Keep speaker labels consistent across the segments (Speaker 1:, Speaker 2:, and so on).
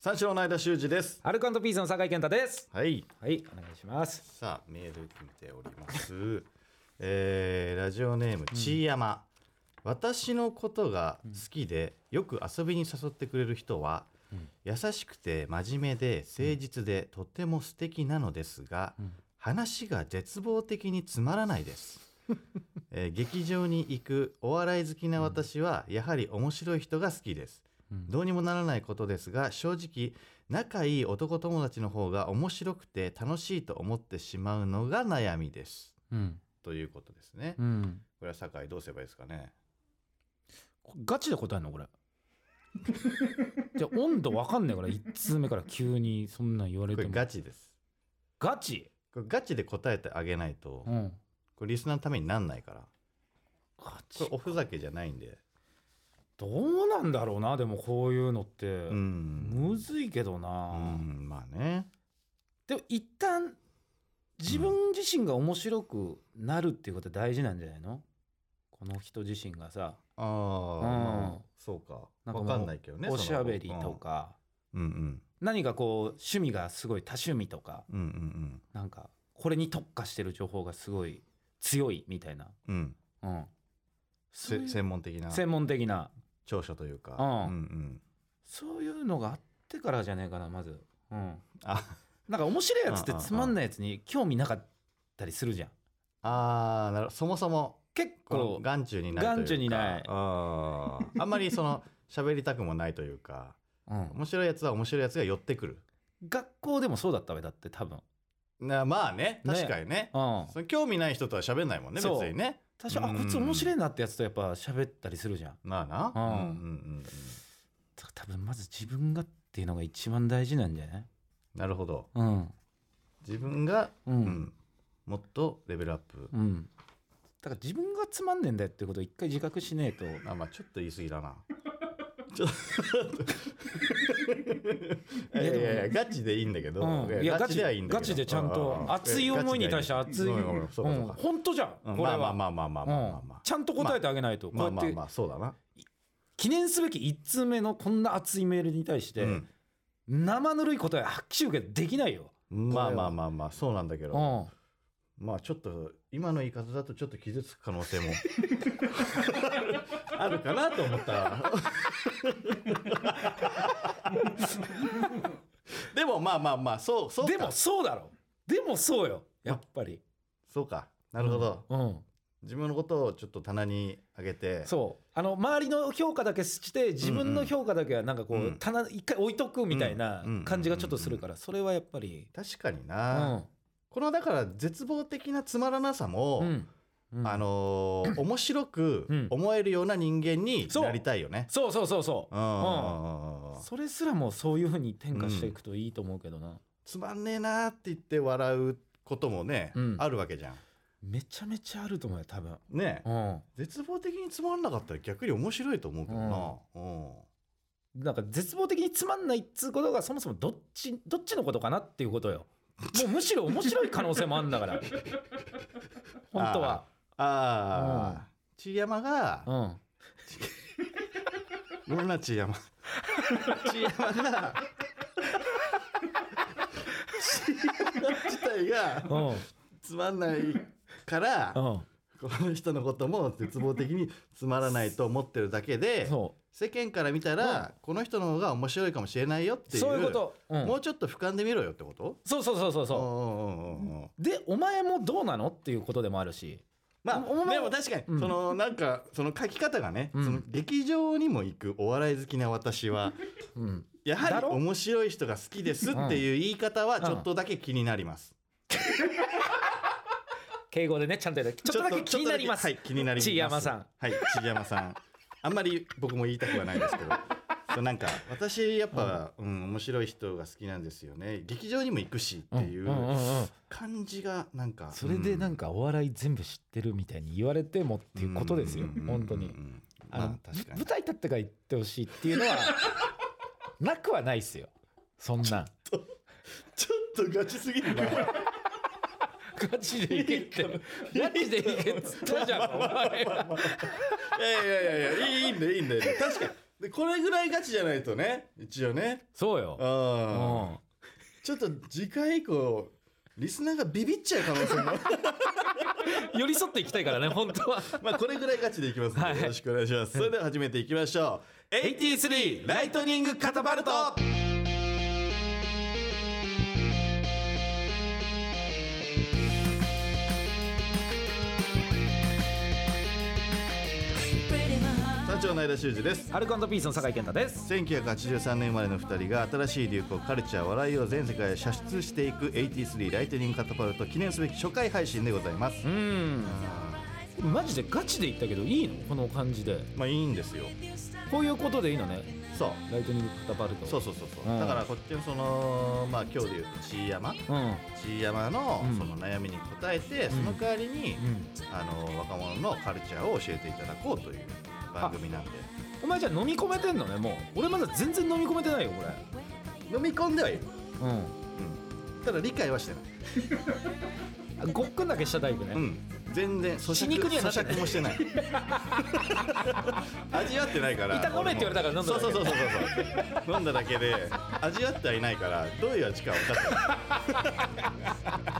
Speaker 1: 三四郎の間修二です。
Speaker 2: アルコピースの酒井健太です。
Speaker 1: はい。
Speaker 2: はい、お願いします。
Speaker 1: さあ、メール来ております。 えーラジオネーム、ちーやま。私のことが好きで、よく遊びに誘ってくれる人は、優しくて真面目で誠実で、とても素敵なのですが、話が絶望的につまらない です。えー劇場に行くお笑い好きな私は、やはり面白い人が好きです。どうにもならないことですが、正直、仲いい男友達の方が面白くて楽しいと思ってしまうのが悩みです。
Speaker 2: うん。
Speaker 1: ということですね。
Speaker 2: うん。
Speaker 1: これは酒井どうすればいいですかね。
Speaker 2: ガチで答えんのこれ。じゃあ温度わかんないから、一通目から急にそんなん言われ
Speaker 1: こ
Speaker 2: て
Speaker 1: れ
Speaker 2: も。
Speaker 1: ガチです。
Speaker 2: ガチ
Speaker 1: これガチで答えてあげないと
Speaker 2: う、ん。
Speaker 1: これリスナーのためになんないから。
Speaker 2: ガ
Speaker 1: これ
Speaker 2: チ。
Speaker 1: おふざけじゃないんで。
Speaker 2: どうなんだろうな、でもこういうのって。
Speaker 1: うん。
Speaker 2: むずいけどな。
Speaker 1: うん、まあね。
Speaker 2: でも一旦、自分自身が面白くなるっていうことは大事なんじゃないのこの人自身がさ、
Speaker 1: ああ、まあそうか。
Speaker 2: なん
Speaker 1: わ
Speaker 2: かもう
Speaker 1: かんないけどね。
Speaker 2: お
Speaker 1: その
Speaker 2: しゃべりと。か、
Speaker 1: うんうん
Speaker 2: 何かこう趣味がすごい多趣味とか、
Speaker 1: うんうんうん
Speaker 2: なんかこれに特化してる情報がすごい強いみたいな、
Speaker 1: うん。うん。
Speaker 2: うん、そうい
Speaker 1: せ
Speaker 2: う
Speaker 1: 専門的な
Speaker 2: 専門的な
Speaker 1: 長所というか。
Speaker 2: うん
Speaker 1: うんうん。
Speaker 2: そういうのがあってからじゃねえかなまず、うん、
Speaker 1: あ、
Speaker 2: なんか面白いやつっ
Speaker 1: うん
Speaker 2: て
Speaker 1: うんうん
Speaker 2: つまんないやつに興味なかったりするじゃん
Speaker 1: あーなるそもそも
Speaker 2: 結
Speaker 1: この
Speaker 2: 構
Speaker 1: 眼中にないというか
Speaker 2: 眼中にない
Speaker 1: あーあんまりその 喋りたくもないというか
Speaker 2: うん、
Speaker 1: 面白いやつは面白いやつが寄ってくる
Speaker 2: 学校でもそうだったわだって多分、
Speaker 1: なまあね
Speaker 2: ね
Speaker 1: 確かにね
Speaker 2: うん、
Speaker 1: その興味ない人とは喋んないもんね別
Speaker 2: そう
Speaker 1: にね
Speaker 2: 多少あ
Speaker 1: うん
Speaker 2: こいつ面白いなってやつとやっぱ喋ったりするじゃん
Speaker 1: まあな
Speaker 2: うん
Speaker 1: うんうんうんうん
Speaker 2: だから多分まず自分がっていうのが一番大事なんじゃない
Speaker 1: なるほど
Speaker 2: うん
Speaker 1: 自分が、
Speaker 2: うん
Speaker 1: うんもっとレベルアップ、
Speaker 2: うん。だから自分がつまんねえんだよってことを一回自覚しねえと。
Speaker 1: あまあちょっと言い過ぎだ なちょっといやいやいやガチでいいんだけど、
Speaker 2: うん、
Speaker 1: いやガチではいいんだけど
Speaker 2: ガチでちゃん
Speaker 1: ううう
Speaker 2: と熱い思いに対して熱い。
Speaker 1: ごめんごめん
Speaker 2: うん
Speaker 1: そうかそうか
Speaker 2: 本当じゃん。こ
Speaker 1: うん
Speaker 2: れは。
Speaker 1: まあまあまあまあまあまあま
Speaker 2: う
Speaker 1: あ
Speaker 2: んちゃんと答えてあげないと。
Speaker 1: まあ
Speaker 2: こ
Speaker 1: ま
Speaker 2: う
Speaker 1: あ
Speaker 2: やって、
Speaker 1: まあそうだな
Speaker 2: 記念すべき1通目のこんな熱いメールに対して、
Speaker 1: うん
Speaker 2: 生ぬるい答えはっきり受けできないよ。
Speaker 1: まあまあまあまあそうなんだけ
Speaker 2: う
Speaker 1: ど
Speaker 2: ん。
Speaker 1: まあちょっと今の言い方だとちょっと傷つく可能 性もあるかなと思 ったでもまあまあまあそうそうか
Speaker 2: でもそうだろ。でもそうよ。やっぱり。
Speaker 1: そうかなるほど
Speaker 2: うん。
Speaker 1: 自分のことをちょっと棚に上げて
Speaker 2: そう。あの、周りの評価だけして、自分の評価だけはなんかこ
Speaker 1: うんう
Speaker 2: う、
Speaker 1: ん
Speaker 2: 棚、一回置いとくみたいな
Speaker 1: うん
Speaker 2: 感じがちょっとするから、それはやっぱり。
Speaker 1: 確かに
Speaker 2: う
Speaker 1: な、
Speaker 2: ん。
Speaker 1: このだから絶望的なつまらなさも、
Speaker 2: うん。うん
Speaker 1: あのー面白
Speaker 2: う
Speaker 1: く
Speaker 2: ん
Speaker 1: 思えるような人間に
Speaker 2: そう
Speaker 1: なりたいよね。
Speaker 2: そうそうそうそ
Speaker 1: うん
Speaker 2: う。うん。
Speaker 1: つ
Speaker 2: それすらもそういうふうに転化していくといいと思うけどな。
Speaker 1: まんねえなーって言って笑うこともね、
Speaker 2: うん
Speaker 1: あるわけじゃん。
Speaker 2: めちゃめちゃあると思うよ、多分。
Speaker 1: ねえ、
Speaker 2: うん。
Speaker 1: 絶望的につまんなかったら逆に面白いと思うけどな。うん
Speaker 2: なんか絶望的につまんないっつうことがそもそもどっち、どっちのことかなっていうことよ。もうむしろ面白い可能性もあるん だから。本当は。。
Speaker 1: あーあー、ちやまが
Speaker 2: う、ん。
Speaker 1: ごめんな、ちやま。ちやまが、ちやま自体
Speaker 2: う
Speaker 1: が
Speaker 2: ん。
Speaker 1: つまんないから、
Speaker 2: うん。
Speaker 1: この人のことも絶望的につまらないと思ってるだけで
Speaker 2: そ
Speaker 1: 世間から見たら、この人の方が面白いかもしれないよっていう
Speaker 2: そういうことうん
Speaker 1: もうちょっと俯瞰で見ろよってこと
Speaker 2: う。そうそうそうそうそう。
Speaker 1: うんうんうんうん
Speaker 2: でお前もどうなのっていうことでもあるし
Speaker 1: まあ
Speaker 2: おお前
Speaker 1: でも確かに、
Speaker 2: うん
Speaker 1: そのなんかその書き方がね、
Speaker 2: うん
Speaker 1: その劇場にも行くお笑い好きな私は
Speaker 2: うん
Speaker 1: やは
Speaker 2: だ
Speaker 1: り
Speaker 2: ろ
Speaker 1: 面白い人が好きですっていう言い方はちょっとだけ気になります。
Speaker 2: 敬語でねちゃんとやってちょっとだけ気になります
Speaker 1: ちょっとだけはい、気になります。
Speaker 2: ちやまさん。
Speaker 1: はい、ちやまさん。あんまり僕も言いたくはないですけど。そうなんか私やっぱ、うん面白い人が好きなんですよね劇場にも行くしってい
Speaker 2: んん
Speaker 1: うん
Speaker 2: うん
Speaker 1: 感じがなんか、
Speaker 2: それで
Speaker 1: な
Speaker 2: なんんかお笑い全部知ってるみたいに言われてもっていうことですよ
Speaker 1: うんうんうんうん
Speaker 2: 本当に
Speaker 1: うんま
Speaker 2: あ
Speaker 1: あ
Speaker 2: の
Speaker 1: 確かに
Speaker 2: 舞台立ってから言ってほしいっていうのはなくはないですよそんな
Speaker 1: ちょっとガチすぎ るな
Speaker 2: ガチでいけって ガチでい けっつったじゃんお前は
Speaker 1: えいやいやいやいいんだよいいんだよ確かにでこれぐらいガチじゃないとね一応ね
Speaker 2: そうよ
Speaker 1: う。
Speaker 2: うんん。
Speaker 1: ちょっと次回以降リスナーがビビっちゃう可能性も
Speaker 2: 寄り添っていきたいからね、本当 は。
Speaker 1: まあこれぐらいガチでいきますので、
Speaker 2: はい
Speaker 1: よろしくお願いしますそれでは始めていきましょう83ライトニングカタパルト三丁の間修司です
Speaker 2: アルコピースの酒井健太です。
Speaker 1: 1983年生まれの2人が新しい流行カルチャー笑いを全世界へ射出していく83ライトニングカタパルト記念すべき初回配信でございます
Speaker 2: うん。マジでガチで言ったけど、いいのこの感じで。
Speaker 1: まあいいんですよ
Speaker 2: こういうことでいいのね。
Speaker 1: そう
Speaker 2: ライトニングカタパルト。
Speaker 1: そう
Speaker 2: う。
Speaker 1: そうそうそう、
Speaker 2: うん
Speaker 1: だからこっちのそのまあ今日で言うとチーヤマ
Speaker 2: うん。うん。
Speaker 1: チーヤマの
Speaker 2: うん
Speaker 1: その悩みに答えて、その代わりに、あの若者のカルチャーを教えていただこうという番組なんで
Speaker 2: お前じゃあ飲み込めてんのね、もう。俺まだ全然飲み込めてないよ、これ。
Speaker 1: 飲み込んではいる、
Speaker 2: うん。
Speaker 1: ただ理解はしてない
Speaker 2: あごっくんだけしたタイプ
Speaker 1: う
Speaker 2: ね。
Speaker 1: ん全然咀
Speaker 2: 血
Speaker 1: 嚼
Speaker 2: 肉にはなって
Speaker 1: 咀
Speaker 2: ない
Speaker 1: 嚼もして ない味わってないから
Speaker 2: 痛めって言われたから飲んだだけ
Speaker 1: そうそうそうそうそう飲んだだけで味わってはいないからどういう味かは分かって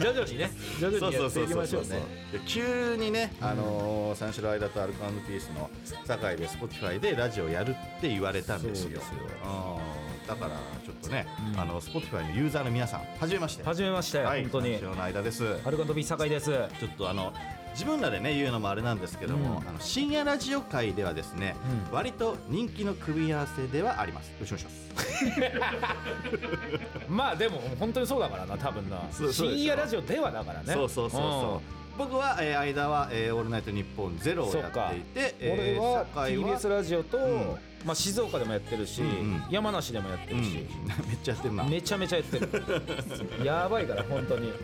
Speaker 1: ない
Speaker 2: 徐々にね。徐々にやっていきましょうね。
Speaker 1: で急にね、あのー三四郎間とアルコピースの酒井で Spotify でラジオやるって言われたんですよ
Speaker 2: そうですよ
Speaker 1: うんだからちょっとね、
Speaker 2: うん
Speaker 1: あの Spotify のユーザーの皆さんはじめまして
Speaker 2: はじめまして、
Speaker 1: はい
Speaker 2: 本当に
Speaker 1: 三。四郎の間です
Speaker 2: アルコピース酒井です。
Speaker 1: ちょっとあの自分らでね言うのもあれなんですけども、
Speaker 2: うん
Speaker 1: あの深夜ラジオ界ではですね、
Speaker 2: う
Speaker 1: 割と人気の組み合わせではあります。よろしくお願いします。
Speaker 2: まあでも本当にそうだからな多分な
Speaker 1: そうそうでしょ
Speaker 2: 深夜ラジオではだからね
Speaker 1: そうそうそうそう。僕は、えー、間は、えー、オールナイトニッポンゼロをやっていて、
Speaker 2: うん俺は
Speaker 1: えー
Speaker 2: TBS ラジオと、
Speaker 1: ん
Speaker 2: まあ、静岡でもやってるし、
Speaker 1: うんうん
Speaker 2: 山梨でもやって
Speaker 1: うん
Speaker 2: るし、
Speaker 1: めっちゃやってるな。
Speaker 2: めちゃめちゃやって るやばいから本当に、うん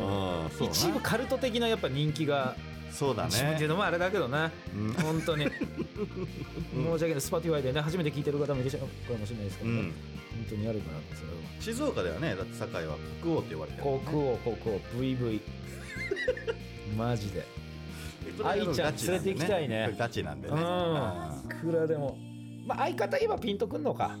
Speaker 1: あーそうな
Speaker 2: 一部カルト的なやっぱ人気が、
Speaker 1: そうだ
Speaker 2: 自分ってい
Speaker 1: ね。
Speaker 2: うのもあれだけどな、
Speaker 1: うん
Speaker 2: 本 当に申し訳ない Spotify でね初めて聞いてる方もいらっしゃるかもしれないですけ
Speaker 1: う
Speaker 2: ど、
Speaker 1: ん。
Speaker 2: 本当にあるかなってそれは
Speaker 1: 静岡ではね、だって堺は国王って言われてる、
Speaker 2: 国王国王 VV マジで
Speaker 1: これやるの
Speaker 2: 愛ちゃん
Speaker 1: ガチなんで
Speaker 2: 連れて行きたいね
Speaker 1: これガチなんでね。
Speaker 2: うん
Speaker 1: あー
Speaker 2: いくらでもまあ相方言えばピンとくんのか、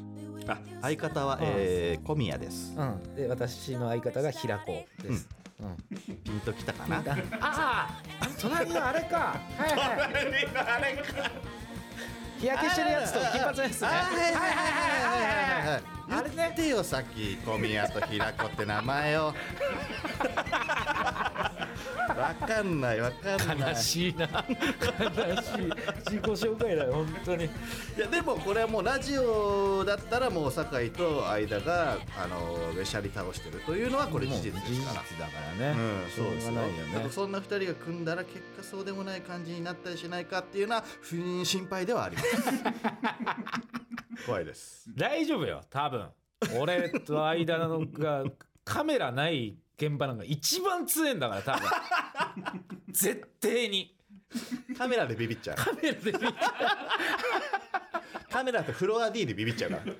Speaker 1: あ、相方は、えー、小宮です。
Speaker 2: うん、で私の相方が平子です、うん
Speaker 1: ピンときたかな。
Speaker 2: ああ隣のあれかはいはい日焼けしてるやつと金髪のやつ
Speaker 1: あ
Speaker 2: ね
Speaker 1: はいはいはいはいはいはい
Speaker 2: あれね
Speaker 1: 言ってよさっき小宮と平子って名前 をわかんないわかんない
Speaker 2: 悲しいな悲しい自己紹介だよ本当に
Speaker 1: いやでもこれはもうラジオだったらもう酒井と間があのべしゃり倒してるというのはこれ事実ですから
Speaker 2: だから
Speaker 1: う
Speaker 2: ね
Speaker 1: ん、そうです
Speaker 2: しょ
Speaker 1: よ
Speaker 2: うがない
Speaker 1: だからそんな二人が組んだら結果そうでもない感じになったりしないかっていうのは不倫心配ではあ ります怖いです
Speaker 2: 大丈夫よ多分俺と間のがカメラない現場なんか一番強えんだから多分 絶対に
Speaker 1: カメラでビビっちゃう
Speaker 2: カメラで見ちゃ
Speaker 1: カメラとフロア D でビビっちゃうから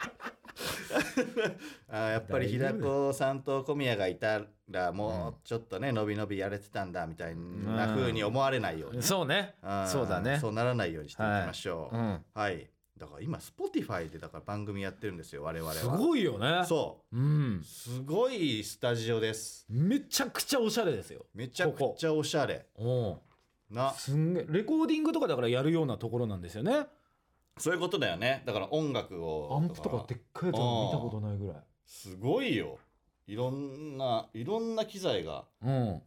Speaker 1: あーやっぱり平子さんと小宮がいたらもうちょっとね伸び伸びやれてたんだみたいな風に思われないように
Speaker 2: うそうね
Speaker 1: あー
Speaker 2: そうだね
Speaker 1: そうならないようにしていきましょう
Speaker 2: う
Speaker 1: はい、
Speaker 2: ん
Speaker 1: だから今 Spotify でだから番組やってるんですよ我々は
Speaker 2: すごいよね
Speaker 1: そう
Speaker 2: うん
Speaker 1: うすごいスタジオです
Speaker 2: めちゃくちゃおしゃれですよ
Speaker 1: めちゃくちゃおしゃれ
Speaker 2: おう
Speaker 1: な
Speaker 2: すんげえレコーディングとかだからやるようなところなんですよね
Speaker 1: そういうことだよねだから音楽を
Speaker 2: アンプとかでっかいやつ
Speaker 1: うん
Speaker 2: 見たことないぐらい
Speaker 1: すごいよいろんないろんな機材が
Speaker 2: うん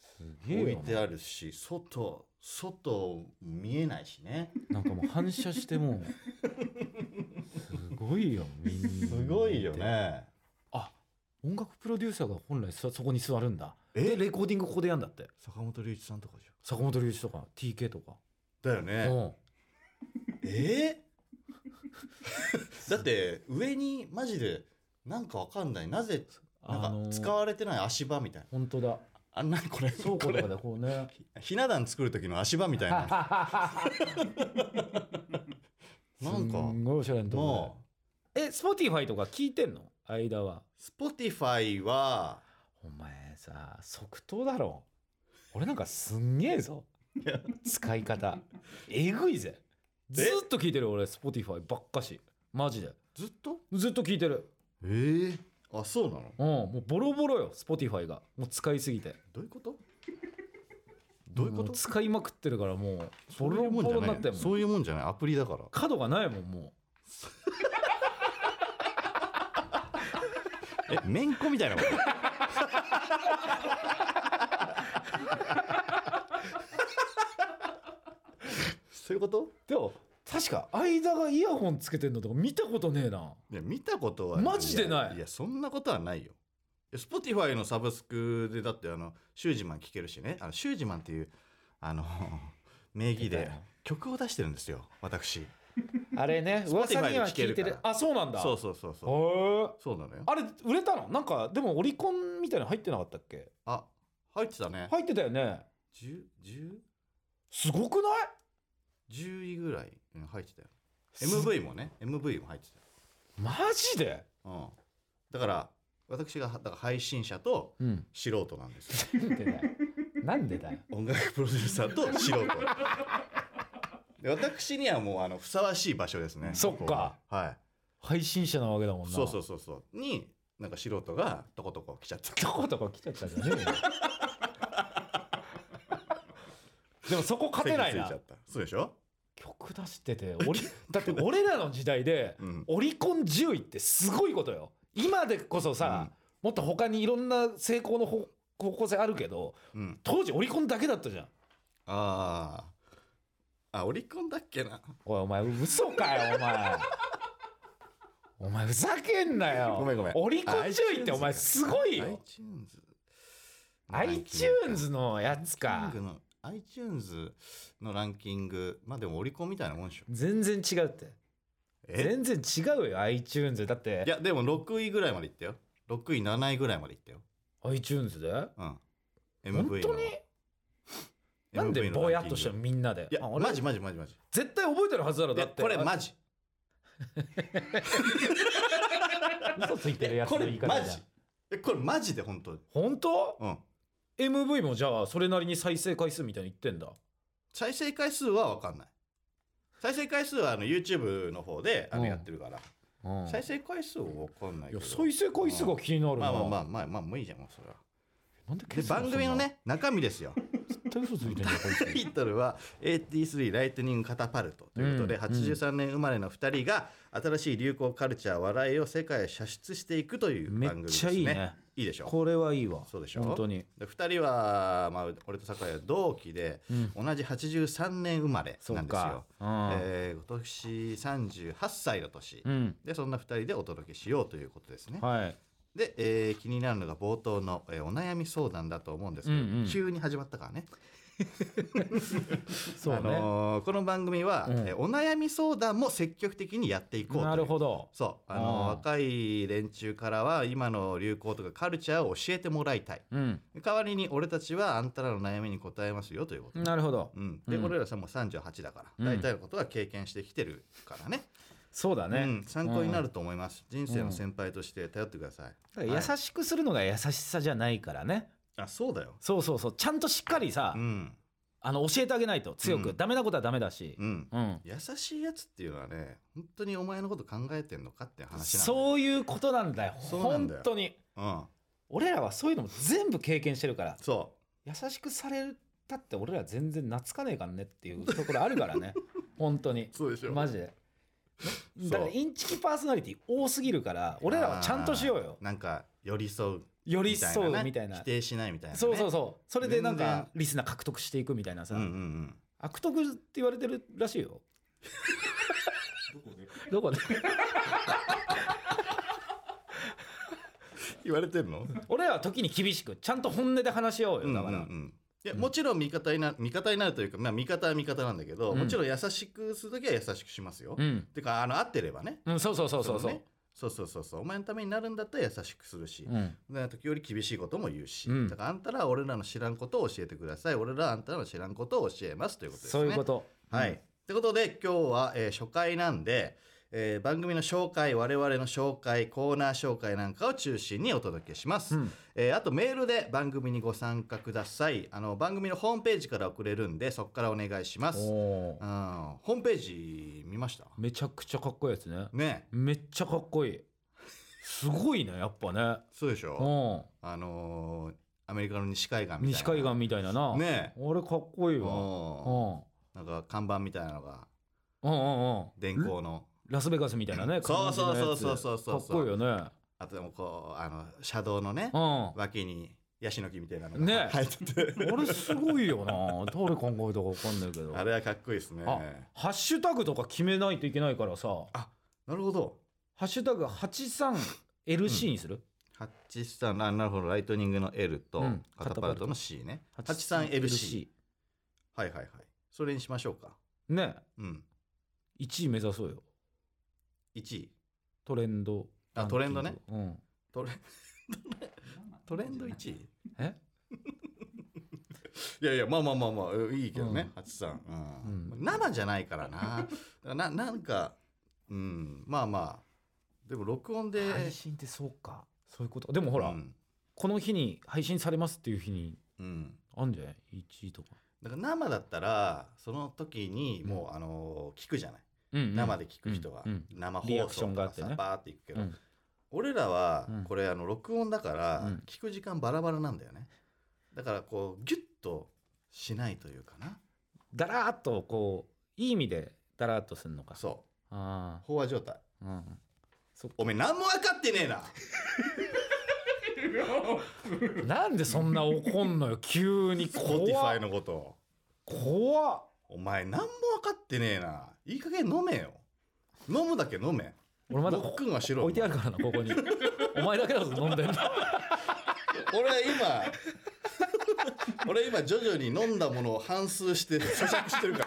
Speaker 2: すげえ
Speaker 1: 置い
Speaker 2: よ
Speaker 1: て
Speaker 2: な
Speaker 1: あるし外外見えないし ね
Speaker 2: なんかもう反射してもうすごいよみんな
Speaker 1: すごいよね
Speaker 2: あ音楽プロデューサーが本来そそこに座るんだ
Speaker 1: え
Speaker 2: でレコーディングここでやんだって
Speaker 1: 坂本龍一さんとかじ
Speaker 2: 坂本龍一とか TK とか、
Speaker 1: ゃんだよ
Speaker 2: う
Speaker 1: ね
Speaker 2: ん
Speaker 1: えーだって上にマジでなんかわかんないなぜなん
Speaker 2: あの
Speaker 1: か
Speaker 2: ー
Speaker 1: 使われてない足場みたいな
Speaker 2: 本当 だ
Speaker 1: あんなこれ
Speaker 2: 倉庫
Speaker 1: ことれ
Speaker 2: かでこうね
Speaker 1: ひな壇作る時の足場みたい ななんか
Speaker 2: すんごいおしゃれなとこ
Speaker 1: もう
Speaker 2: でえ Spotify とか聞いてんの間は
Speaker 1: Spotify は
Speaker 2: お前さ即答だろ俺なんかすんげえぞ使い方えぐいぜずっと聞いてる俺 Spotify ばっかしマジで
Speaker 1: ずっと
Speaker 2: ずっと聞いてる
Speaker 1: ええあそうなの
Speaker 2: うんもうボロボロよ Spotify がもう使いすぎて
Speaker 1: どういうことどういうこ
Speaker 2: も
Speaker 1: と
Speaker 2: 使いまくってるからもうボ
Speaker 1: そうい
Speaker 2: ロ
Speaker 1: うもん
Speaker 2: ボ
Speaker 1: じゃ
Speaker 2: ロに
Speaker 1: な
Speaker 2: なっ
Speaker 1: い
Speaker 2: て
Speaker 1: の
Speaker 2: るもん
Speaker 1: そういうもんじゃないアプリだから
Speaker 2: 角がないもんも
Speaker 1: えめんこみたいなことそういうこと
Speaker 2: うでも確か間がイヤホンつけてんのとか見たことねえない
Speaker 1: や見たことは
Speaker 2: マジでない
Speaker 1: やいやそんなことはないよ Spotify のサブスクでだってあのシュージマン聴けるしねあのシュージマンっていうあの 名義
Speaker 2: 出
Speaker 1: で
Speaker 2: たよ
Speaker 1: 曲を出してるんですよ私
Speaker 2: あれね噂には聞い
Speaker 1: 聞け
Speaker 2: て
Speaker 1: る
Speaker 2: る
Speaker 1: か
Speaker 2: あそうなんだ
Speaker 1: そうそうそうそう
Speaker 2: へえ
Speaker 1: そうなのよ
Speaker 2: あれ売れたのなんかでもオリコンみたいなの入ってなかったっけ
Speaker 1: あ入ってたね
Speaker 2: 入ってたよね
Speaker 1: 10 10
Speaker 2: すごくない
Speaker 1: 10位ぐらいうん入ってたよ MV もね MV も入ってたよ
Speaker 2: マジで
Speaker 1: うん、だから私がだから配信者と
Speaker 2: うん
Speaker 1: 素人なんです よ
Speaker 2: なんでだよなんでだよ
Speaker 1: 音楽プロデューサーと素人で私にはもうあのふさわしい場所ですね
Speaker 2: そっか
Speaker 1: ここははい
Speaker 2: 配信者なわけだもんな
Speaker 1: そうそうそうそうになんか素人がとことこ来ちゃった
Speaker 2: どことか来ちゃったじゃねえよでもそこ勝てない
Speaker 1: 席つい
Speaker 2: な
Speaker 1: ちゃったそうでしょ、
Speaker 2: 曲出しててオリだって俺らの時代で
Speaker 1: うん、
Speaker 2: オリコン10位ってすごいことよ今でこそさ、もっと他にいろんな成功の方方向性あるけど
Speaker 1: うん、うん、
Speaker 2: 当時オリコンだけだったじゃん
Speaker 1: あああオリコンだっけな
Speaker 2: おいお前嘘かよ お前お前ふざけんなよ
Speaker 1: ごめんごめん
Speaker 2: オリコン10位ってお前すごいよ
Speaker 1: iTunes のランキングか
Speaker 2: iTunes のやつか
Speaker 1: iTunes の iTunes のランキングまあでもオリコンみたいなもんでしょ
Speaker 2: 全然違うって
Speaker 1: え
Speaker 2: 全然違うよ iTunes だっ
Speaker 1: い
Speaker 2: て
Speaker 1: やでも6位ぐらいまでいったよ6位7位ぐらいまでいったよ
Speaker 2: iTunes で
Speaker 1: うん
Speaker 2: 本
Speaker 1: MV
Speaker 2: 当
Speaker 1: の
Speaker 2: になんでぼやっとしたの
Speaker 1: MV のランキング
Speaker 2: みんなで
Speaker 1: いや
Speaker 2: あ俺
Speaker 1: マジマジマジマジ
Speaker 2: 絶対覚えてるはずだろ
Speaker 1: い
Speaker 2: だ
Speaker 1: や
Speaker 2: って
Speaker 1: これ
Speaker 2: あ
Speaker 1: マジ
Speaker 2: 嘘ついてるやつ
Speaker 1: これ
Speaker 2: の言い
Speaker 1: マ
Speaker 2: 方じゃ
Speaker 1: ジ
Speaker 2: ん
Speaker 1: えこれマジで本当に
Speaker 2: 本当
Speaker 1: うん
Speaker 2: MV もじゃあそれなりに再生回数みたいに言ってんだ
Speaker 1: 再生回数は分かんない再生回数はあの YouTube の方であ
Speaker 2: う
Speaker 1: の
Speaker 2: ん
Speaker 1: やってるから、
Speaker 2: うん
Speaker 1: 再生回数は分かんない
Speaker 2: い
Speaker 1: けど
Speaker 2: や再生回数が気になる
Speaker 1: ま
Speaker 2: な
Speaker 1: あまあまあまあまあもういいじゃんもうそれは
Speaker 2: なんで
Speaker 1: で
Speaker 2: 決断
Speaker 1: 番組のね中身ですよ
Speaker 2: そんな絶対嘘ついてんだよこいつ
Speaker 1: タ イトルは83ライトニングカタパルトということで、
Speaker 2: うん
Speaker 1: 83年生まれの2人が新しい流行カルチャー笑いを世界へ射出していくという番組ですね
Speaker 2: めっちゃいいね
Speaker 1: いいでしょ
Speaker 2: これはいいわ
Speaker 1: そうでしょ
Speaker 2: 本当に
Speaker 1: で2人は、まあ、俺と酒井は同期で、
Speaker 2: うん
Speaker 1: 同じ83年生まれ
Speaker 2: そ
Speaker 1: な
Speaker 2: うん
Speaker 1: ですよ
Speaker 2: か、うん
Speaker 1: えー今年38歳の年、
Speaker 2: うん
Speaker 1: でそんな2人でお届けしようということですね、
Speaker 2: はい
Speaker 1: で、えー気になるのが冒頭の、えーお悩み相談だと思うんですけど、
Speaker 2: うんうん
Speaker 1: 急に始まったからね
Speaker 2: そう
Speaker 1: あ
Speaker 2: ね
Speaker 1: のーこの番組は、
Speaker 2: うん
Speaker 1: えーお悩み相談も積極的にやっていこうという
Speaker 2: なるほど
Speaker 1: そうあのー
Speaker 2: あー
Speaker 1: 若い連中からは今の流行とかカルチャーを教えてもらいたい
Speaker 2: うん
Speaker 1: 代わりに俺たちはあんたらの悩みに答えますよということ、
Speaker 2: なるほど
Speaker 1: うん、で、
Speaker 2: うん
Speaker 1: 俺らさんも38だから、
Speaker 2: うん
Speaker 1: 大体のことは経験してきてるからね
Speaker 2: そうだね
Speaker 1: うん、参考になると思います、人生の先輩として頼ってください、
Speaker 2: だから
Speaker 1: はい
Speaker 2: 優しくするのが優しさじゃないからね
Speaker 1: あそうだよ
Speaker 2: そうそうそうちゃんとしっかりさ
Speaker 1: うん
Speaker 2: あの教えてあげないと強
Speaker 1: う
Speaker 2: く
Speaker 1: ん
Speaker 2: ダメなことはダメだし
Speaker 1: うん
Speaker 2: うん
Speaker 1: 優しいやつっていうのはね本当にお前のこと考えてんのかっていう話なんだよ
Speaker 2: そういうことなんだよ
Speaker 1: そうなん
Speaker 2: 本
Speaker 1: だよ
Speaker 2: 当に
Speaker 1: うん
Speaker 2: 俺らはそういうのも全部経験してるから
Speaker 1: そう
Speaker 2: 優しくされたって俺ら全然懐かねえからねっていうところあるから ね本当に
Speaker 1: そうでしょ
Speaker 2: マジで
Speaker 1: そう
Speaker 2: だからインチキパーソナリティ多すぎるから俺らはちゃんとしようよ
Speaker 1: なんか寄り添う
Speaker 2: 寄り
Speaker 1: みたいなね
Speaker 2: 添うみたいな
Speaker 1: 否定しないみたいな、ね、
Speaker 2: そうそ
Speaker 1: そ
Speaker 2: うそうそれでなん
Speaker 1: 全然
Speaker 2: かリスナー獲得していくみたいなさ、
Speaker 1: んうんうん
Speaker 2: 悪徳って言われてるらしい よどこで
Speaker 1: 言われてるの
Speaker 2: 俺らは時に厳しくちゃんと本音で話し合おう
Speaker 1: うんう
Speaker 2: よ
Speaker 1: ん
Speaker 2: だから、
Speaker 1: うんいやもちろん味方にな味方になるというか、まあ、味方は味方なんだけど、
Speaker 2: うん
Speaker 1: もちろん優しくするときは優しくしますよ。
Speaker 2: うん、
Speaker 1: てかあの合ってればね
Speaker 2: うん、そうそうそうそ
Speaker 1: そ
Speaker 2: うそう、
Speaker 1: のねそうそうそうそうお前のためになるんだったら優しくするし、
Speaker 2: うん、
Speaker 1: で時より厳しいことも言うし、
Speaker 2: うん
Speaker 1: だからあんたらは俺らの知らんことを教えてください俺らはあんたらの知らんことを教えますということですね。
Speaker 2: そういうこと、
Speaker 1: はい。ってことで今日は、えー初回なんで、えー番組の紹介我々の紹介コーナー紹介なんかを中心にお届けします、
Speaker 2: うん
Speaker 1: えーあとメールで番組にご参加くださいあの番組のホームページから送れるんでそこからお願いします、うん、
Speaker 2: おー
Speaker 1: ホームページ見ました
Speaker 2: めちゃくちゃかっこいいやつね
Speaker 1: ね
Speaker 2: めっちゃかっこいいすごいねやっぱ ね
Speaker 1: そうでしょ、
Speaker 2: う
Speaker 1: あのーアメリカの西海岸みたい
Speaker 2: ん
Speaker 1: な
Speaker 2: 西海岸みたいなな
Speaker 1: ね
Speaker 2: あれかっこいい
Speaker 1: うん
Speaker 2: わうん
Speaker 1: なんか看板みたいなのが
Speaker 2: うんうんうん
Speaker 1: 電光の
Speaker 2: ラスベガスみたいな ね
Speaker 1: そうそうそう
Speaker 2: 感じのやつ
Speaker 1: そうそうそうそう
Speaker 2: かっこいいよね
Speaker 1: あとでもこうあの車道のね
Speaker 2: うん
Speaker 1: 脇にヤシの木みたいなの
Speaker 2: ね
Speaker 1: が入ってて、
Speaker 2: あれすごいよな誰考えたか分かんないけ ど
Speaker 1: あれはかっこいいですね
Speaker 2: あハッシュタグとか決めないといけないからさ
Speaker 1: なるほど
Speaker 2: ハッシュタグ 83LC にする、
Speaker 1: 83あなるほどライトニングの L と、
Speaker 2: うん
Speaker 1: カタパルトの C ね 83LC はいはいはいそれにしましょうか
Speaker 2: ね
Speaker 1: うん
Speaker 2: 1位目指そうよ
Speaker 1: 1位
Speaker 2: トレンド
Speaker 1: あトレンドね
Speaker 2: うん
Speaker 1: トレトレンド1位
Speaker 2: え
Speaker 1: いやいやまあまあまあまあうんいいけどね、83、
Speaker 2: う
Speaker 1: うんん、生じゃないからなな なんかうんまあまあでも録音で
Speaker 2: 配信ってそうかそういうことかでもほら、
Speaker 1: うん
Speaker 2: この日に配信されますっていう日に
Speaker 1: うん
Speaker 2: あんじゃない1位とか、
Speaker 1: だから生だったらその時にもう、あのー聞くじゃない
Speaker 2: うんうん
Speaker 1: 生で聞く人は、
Speaker 2: うん
Speaker 1: 生放
Speaker 2: リアクショ
Speaker 1: 送
Speaker 2: ン
Speaker 1: と
Speaker 2: があ
Speaker 1: か
Speaker 2: って
Speaker 1: さ、
Speaker 2: ね
Speaker 1: バーっていくけ
Speaker 2: う
Speaker 1: ど、
Speaker 2: ん
Speaker 1: 俺らは
Speaker 2: うん
Speaker 1: これ、あの録音だから、
Speaker 2: うん
Speaker 1: 聞く時間バラバラなんだよねだからこうギュッとしないというかな
Speaker 2: だらーっとこういい意味でだらーっとするのか
Speaker 1: そ
Speaker 2: あ
Speaker 1: う飽和状態
Speaker 2: あうんそっか
Speaker 1: おめえ何も分かってねえな
Speaker 2: なんでそんな怒ん のよ急に怖
Speaker 1: Spotify
Speaker 2: っ
Speaker 1: のこと
Speaker 2: 怖っ
Speaker 1: お前何も分かってねえないい加減飲めよ飲むだけ飲め
Speaker 2: 俺まだ
Speaker 1: 僕は白
Speaker 2: 置いてあるからなここ にお前だけだぞ飲んでんの
Speaker 1: 俺今 俺今徐々に飲んだものを反数して咀嚼してるか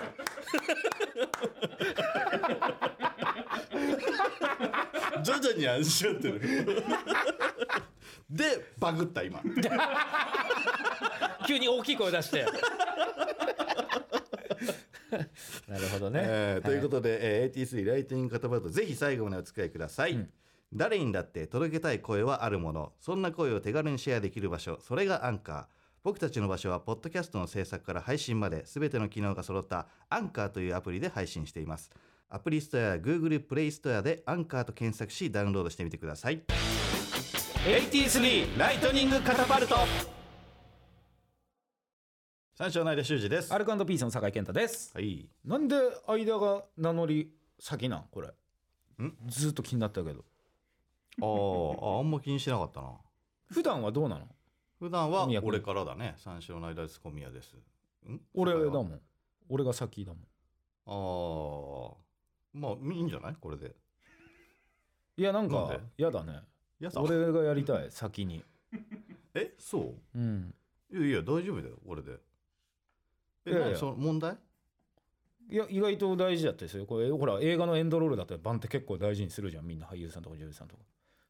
Speaker 1: ら 徐々に味し合ってるでバグった今
Speaker 2: 急に大きい声出して なるほどね、
Speaker 1: えーということで、えー AT3 ライトニングカタパルトぜひ最後までお付き合いください、
Speaker 2: うん
Speaker 1: 誰にだって届けたい声はあるものそんな声を手軽にシェアできる場所それがアンカー僕たちの場所はポッドキャストの制作から配信まで全ての機能が揃ったアンカーというアプリで配信していますアプリストアや Google プレイストアでアンカーと検索しダウンロードしてみてください
Speaker 2: AT3 ライトニングカタパルト
Speaker 1: 三章内田修二です
Speaker 2: アルコピースの酒井健太です
Speaker 1: はい
Speaker 2: なんで間が名乗り先なんこれ
Speaker 1: ん
Speaker 2: ずっと気になったけど
Speaker 1: あーああんま気にしてなかったな
Speaker 2: 普段はどうなの
Speaker 1: 普段は
Speaker 2: 小宮君
Speaker 1: 俺からだね三章内田です小宮ですん
Speaker 2: 俺だもん俺が先だもん
Speaker 1: ああ。まあ、いいんじゃないこれで。
Speaker 2: いやなん
Speaker 1: な
Speaker 2: か
Speaker 1: んで
Speaker 2: 嫌だね
Speaker 1: いやさ、
Speaker 2: 俺がやりたい先に
Speaker 1: え、そ
Speaker 2: うん
Speaker 1: ういやいや、大丈夫だよ、これで。え、
Speaker 2: いやいや
Speaker 1: 何その問題
Speaker 2: いや意外と大事だったですよこれほら映画のエンドロールだって番って結構大事にするじゃんみんな俳優さんとか女優さんとか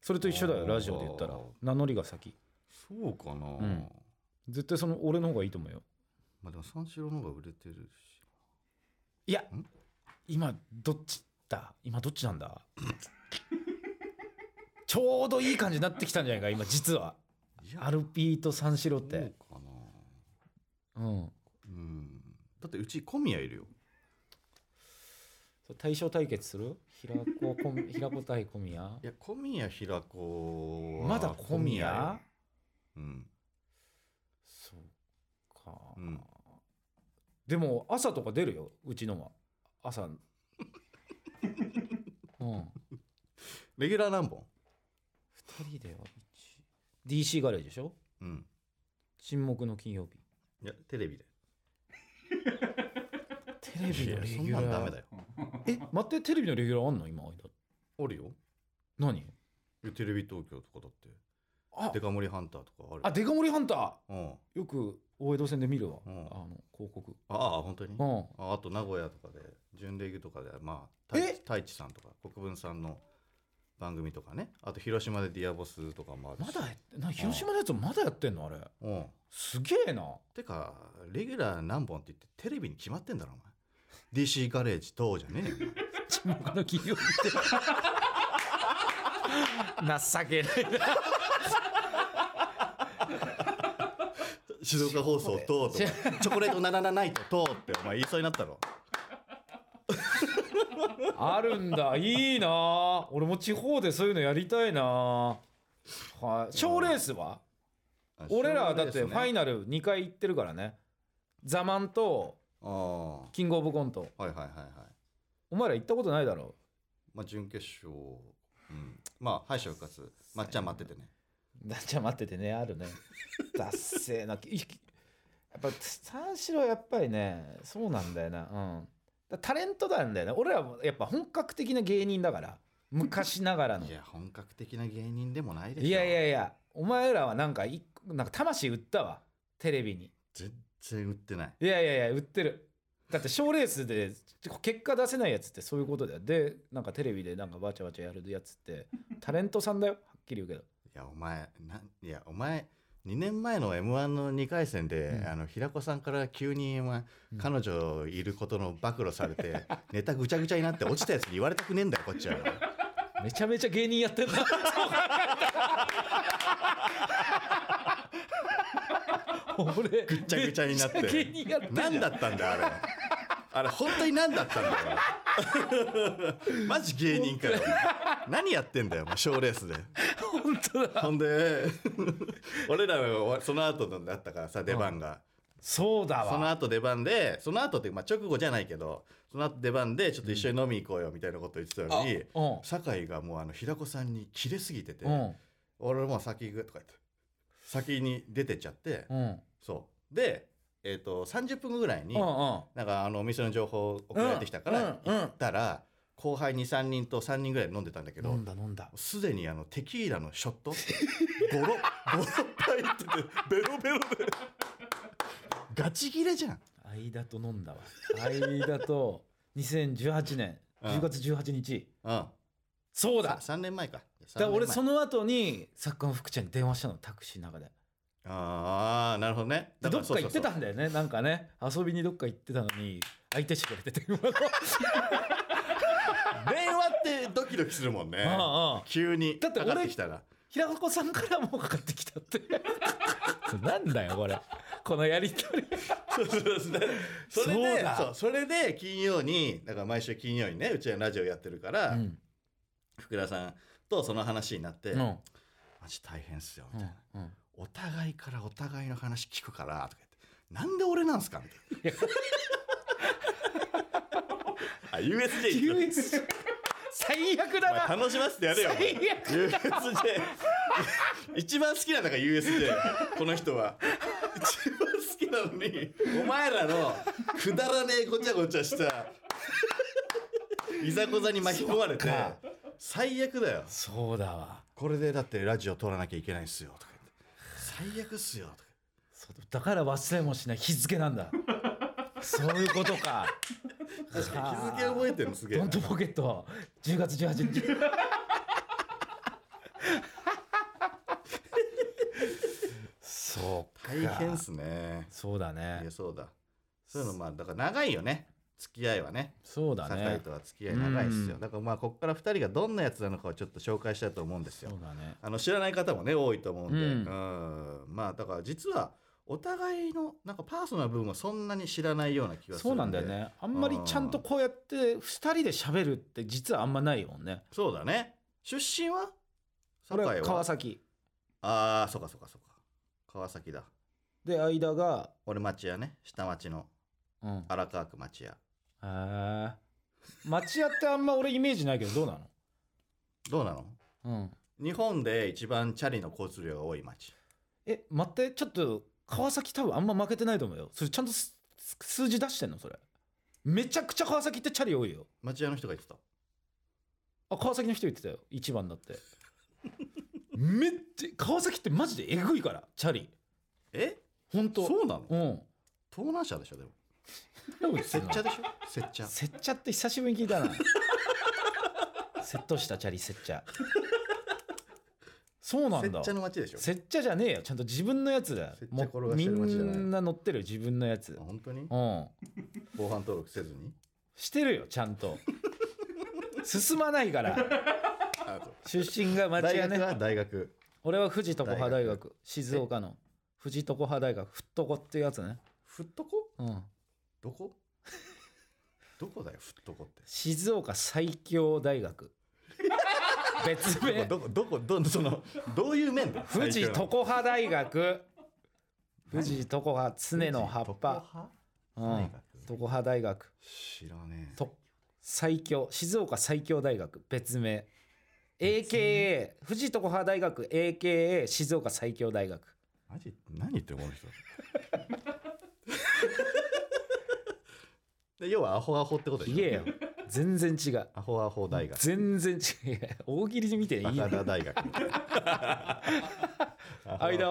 Speaker 2: それと一緒だ
Speaker 1: あ
Speaker 2: よ
Speaker 1: ー
Speaker 2: ラジオで言ったら名乗りが先
Speaker 1: そうかな、
Speaker 2: ん絶対その俺の方がいいと思うよ
Speaker 1: まあでも三四郎の方が売れてるし。
Speaker 2: いや
Speaker 1: ん
Speaker 2: 今どっちだ今どっちなんだ ちょうどいい感じになってきたんじゃないか今実はい
Speaker 1: や
Speaker 2: アルピーと三四郎っ
Speaker 1: そう
Speaker 2: て
Speaker 1: かな。
Speaker 2: うん
Speaker 1: うん。だってうち小宮いるよ。
Speaker 2: そう対象対決する平子こん 平子対小宮
Speaker 1: いや、小宮平子は
Speaker 2: まだ小宮
Speaker 1: ようん。
Speaker 2: そうか、
Speaker 1: うん
Speaker 2: でも朝とか出るようちのは 朝うん
Speaker 1: レギュラー何本
Speaker 2: 2人では1 DC ガレージでしょ
Speaker 1: うん。
Speaker 2: 沈黙の金曜日
Speaker 1: いや、テレビで。
Speaker 2: テレビのレギ
Speaker 1: そん
Speaker 2: ュ
Speaker 1: な
Speaker 2: ラ
Speaker 1: ん
Speaker 2: ー
Speaker 1: ダメだよ。
Speaker 2: え待ってテレビのレギュラーあんの今間
Speaker 1: あるよ。
Speaker 2: 何
Speaker 1: いやテレビ東京とかだって。
Speaker 2: あ
Speaker 1: デカ盛りハンターとかあるよ
Speaker 2: あデカ盛りハンタ
Speaker 1: うん。
Speaker 2: ーよく大江戸線で見るわ、
Speaker 1: うん
Speaker 2: あの広告
Speaker 1: ああ、本当に
Speaker 2: うん
Speaker 1: ああと名古屋とかで準レギュとかでまあ太
Speaker 2: え
Speaker 1: 一太一さんとか国分さんの番組とかねあと広島でディアボスとかもある
Speaker 2: ま
Speaker 1: し
Speaker 2: だやってな広島のやつまだやってんのあれ
Speaker 1: うん
Speaker 2: すげえな
Speaker 1: てかレギュラー何本って言ってテレビに決まってんだろお DC ガレージ等じゃね えよ
Speaker 2: 沈黙の企業って 情けない
Speaker 1: 静岡放送等 とかチョコレートならないと等ってお前言いそうになったろ
Speaker 2: あるんだいいなあ俺も地方でそういうのやりたいなあはい賞レースは俺らはだってファイ
Speaker 1: ナ
Speaker 2: ナル2回行ってるからねザマンと
Speaker 1: ああは
Speaker 2: キングオブコント
Speaker 1: いはいはいはい
Speaker 2: お前ら行ったことないだろ
Speaker 1: まあ準決勝うんまあ敗者復活まっちゃん待っててね
Speaker 2: だじゃあ待っててねあ るねだっせーないきやっぱ三四郎やっぱりねそうなんだよなうんだタレントなんだよね俺らもやっぱ本格的な芸人だから昔ながらの
Speaker 1: いや本格的な芸人でもないでしょ
Speaker 2: いやいやいやお前らはなんかいなんか魂売ったわテレビに
Speaker 1: 全然売ってない
Speaker 2: いやいやいや売ってるだって賞ーレースで結果出せないやつってそういうことだよでなんかテレビでなんかわちゃわちゃやるやつってタレントさんだよはっきり言うけど
Speaker 1: いやお前なんいやお前2年前の m 1の2回戦で、
Speaker 2: うん
Speaker 1: あの平子さんから急に、まあ
Speaker 2: うん
Speaker 1: 彼女いることの暴露され てネタぐちゃぐちゃになって落ちたやつに言われたくねえんだよこっちはよ
Speaker 2: めちゃめちゃ芸人やってんだ俺
Speaker 1: ぐっちゃぐちゃになって
Speaker 2: めっちゃ芸人やってんじゃん
Speaker 1: 何だったんだあれあれ本当に何だったんだよ マジ芸人かよ何やってんだよもう賞レースで
Speaker 2: 本当だ
Speaker 1: ほんで 俺らはその後だったからさ出番が。
Speaker 2: そうだ
Speaker 1: その
Speaker 2: わ
Speaker 1: 後出番で、その後って、まあ、直後じゃないけど、その後出番で、ちょっと一緒に飲み行こうよみたいなこと言ってたのに、
Speaker 2: うん
Speaker 1: 酒井がもうあの平子さんにキレすぎてて、
Speaker 2: うん
Speaker 1: 俺もう先行くとか言って、先に出てっちゃって、
Speaker 2: うんうん
Speaker 1: そう。で、えっ、と、30分ぐらいに、
Speaker 2: うん
Speaker 1: なんかあのお店の情報送られてきたから、
Speaker 2: うんうん
Speaker 1: 行ったら、後輩2、3人と3人ぐらい飲んでたんだけど、
Speaker 2: 飲んだ飲んだ
Speaker 1: すでにあのテキーラのショットゴロゴロ入っててベロベロでガチギレじゃん
Speaker 2: 間と飲んだわ間と2018年
Speaker 1: うん
Speaker 2: 10月18日、
Speaker 1: うん
Speaker 2: そうだだ
Speaker 1: さ3
Speaker 2: か
Speaker 1: 年前か。
Speaker 2: ら俺そ
Speaker 1: の。
Speaker 2: の後に作家の福ちゃんに電話したのタクシーの中で
Speaker 1: ああ、なるほどね。
Speaker 2: でどっか行ってた
Speaker 1: そうそうそ
Speaker 2: んだよねなんかね遊びにどっか行ってたのに相手してくれて電話の
Speaker 1: う電話ってドキドキするもんね。
Speaker 2: ああ
Speaker 1: 急に。
Speaker 2: だって俺
Speaker 1: かかってきたら。
Speaker 2: 平子さんからもかかってきたってなんだよこれこのやりとり
Speaker 1: そうそうそうそれ
Speaker 2: そう
Speaker 1: で
Speaker 2: だ
Speaker 1: そう、それで金曜に、だから毎週金曜にね、うちはラジオやってるから、
Speaker 2: うん
Speaker 1: 福田さんとその話になって、
Speaker 2: うん
Speaker 1: マジ大変っすよ、みたいな。
Speaker 2: うん
Speaker 1: お互いからお互いの話聞くから、とか言って。なんで俺なんすかみたい な。あ、USJ 行った。
Speaker 2: USJ 最悪
Speaker 1: お前
Speaker 2: だな
Speaker 1: 楽しませてやれよ。お前
Speaker 2: 最悪
Speaker 1: USJ 一番好きなのが USJ この人は一番好きなのにお前らのくだらねえごちゃごちゃしたいざこざに巻き込まれて
Speaker 2: そっか
Speaker 1: 最悪だよ
Speaker 2: そうだわ
Speaker 1: これでだってラジオ撮らなきゃいけないっすよとか言って最悪っすよとか
Speaker 2: そうだから忘れもしない日付なんだそういうことか
Speaker 1: 確かに日付覚えてるのすげえ
Speaker 2: ド
Speaker 1: な
Speaker 2: ントポケット10月18日そうか
Speaker 1: 大変っすね
Speaker 2: そうだね
Speaker 1: いやそうだそういうのまあだから長いよね付き合いはね
Speaker 2: そうだ
Speaker 1: 酒井
Speaker 2: ね
Speaker 1: とは付き合い長いですよ、
Speaker 2: うん
Speaker 1: だからまあここから2人がどんなやつなのかをちょっと紹介したいと思うんです
Speaker 2: そう
Speaker 1: よ
Speaker 2: だね
Speaker 1: あの知らない方もね多いと思うんで、
Speaker 2: う
Speaker 1: うんん、まあだから実はお互いのなんかパーソナル部分はそんなに知らないような気がする
Speaker 2: そうなんだよねあんまりちゃんとこうやって2人で喋るって実はあんまないもんね
Speaker 1: そうだね出身は
Speaker 2: 俺
Speaker 1: 酒井
Speaker 2: は
Speaker 1: は
Speaker 2: 川崎
Speaker 1: ああそうかそうかそうか川崎だ
Speaker 2: で間が
Speaker 1: 俺町屋ね下町の
Speaker 2: うんへ
Speaker 1: 荒川区町屋
Speaker 2: え町屋ってあんま俺イメージないけどどうな
Speaker 1: どうなの
Speaker 2: のうん
Speaker 1: 日本で一番チャリの交通量が多い町
Speaker 2: え待ってちょっと川崎多分あんま負けてないと思うよそれちゃんとすす数字出してんのそれめちゃくちゃ川崎ってチャリ多いよ
Speaker 1: 町屋の人が言ってた
Speaker 2: あ川崎の人言ってたよ一番だって めっちゃ川崎ってマジでえぐいからチャリ
Speaker 1: え
Speaker 2: ほんと
Speaker 1: そうなの
Speaker 2: うん
Speaker 1: 盗難車でしょでも
Speaker 2: 接
Speaker 1: 接茶でしょ接茶
Speaker 2: 接茶って久しぶりに聞いたな セットしたチャリ接茶そうなんだ
Speaker 1: 接茶の街でしょ
Speaker 2: 接茶じゃねえよちゃんと自分のやつだよ
Speaker 1: 接茶
Speaker 2: も
Speaker 1: 転
Speaker 2: う
Speaker 1: がし
Speaker 2: み
Speaker 1: てる街じゃない
Speaker 2: んな乗ってるよ自分のやつ
Speaker 1: あ本当に
Speaker 2: うん
Speaker 1: 防犯登録せずに
Speaker 2: してるよちゃ んと進まないから出身が町
Speaker 1: 大
Speaker 2: 屋
Speaker 1: 学
Speaker 2: ね
Speaker 1: は大学
Speaker 2: 俺は富士常葉大
Speaker 1: 大
Speaker 2: 学
Speaker 1: 学
Speaker 2: 静岡の富士常葉大学ふっとこっていうやつね、
Speaker 1: ふっとこ
Speaker 2: うん、
Speaker 1: ど こどこだよふっとこって
Speaker 2: 静岡最強大 学別名
Speaker 1: どこどこどそのどういう面だ
Speaker 2: 富士常葉大学富士常葉常の葉っぱ
Speaker 1: 常葉
Speaker 2: うん
Speaker 1: 大
Speaker 2: 常葉大学
Speaker 1: 知らねえ
Speaker 2: と最強静岡最強大学別名 AKA 富士常葉大学 AKA 静岡最強大学
Speaker 1: マジ何言ってるこの人 で要はアホアホってことで
Speaker 2: い
Speaker 1: しょ
Speaker 2: げえよ全然違う
Speaker 1: アホアホ大学
Speaker 2: 全然違う 大喜利で見ていい
Speaker 1: バカ
Speaker 2: の
Speaker 1: ダ大 学
Speaker 2: 間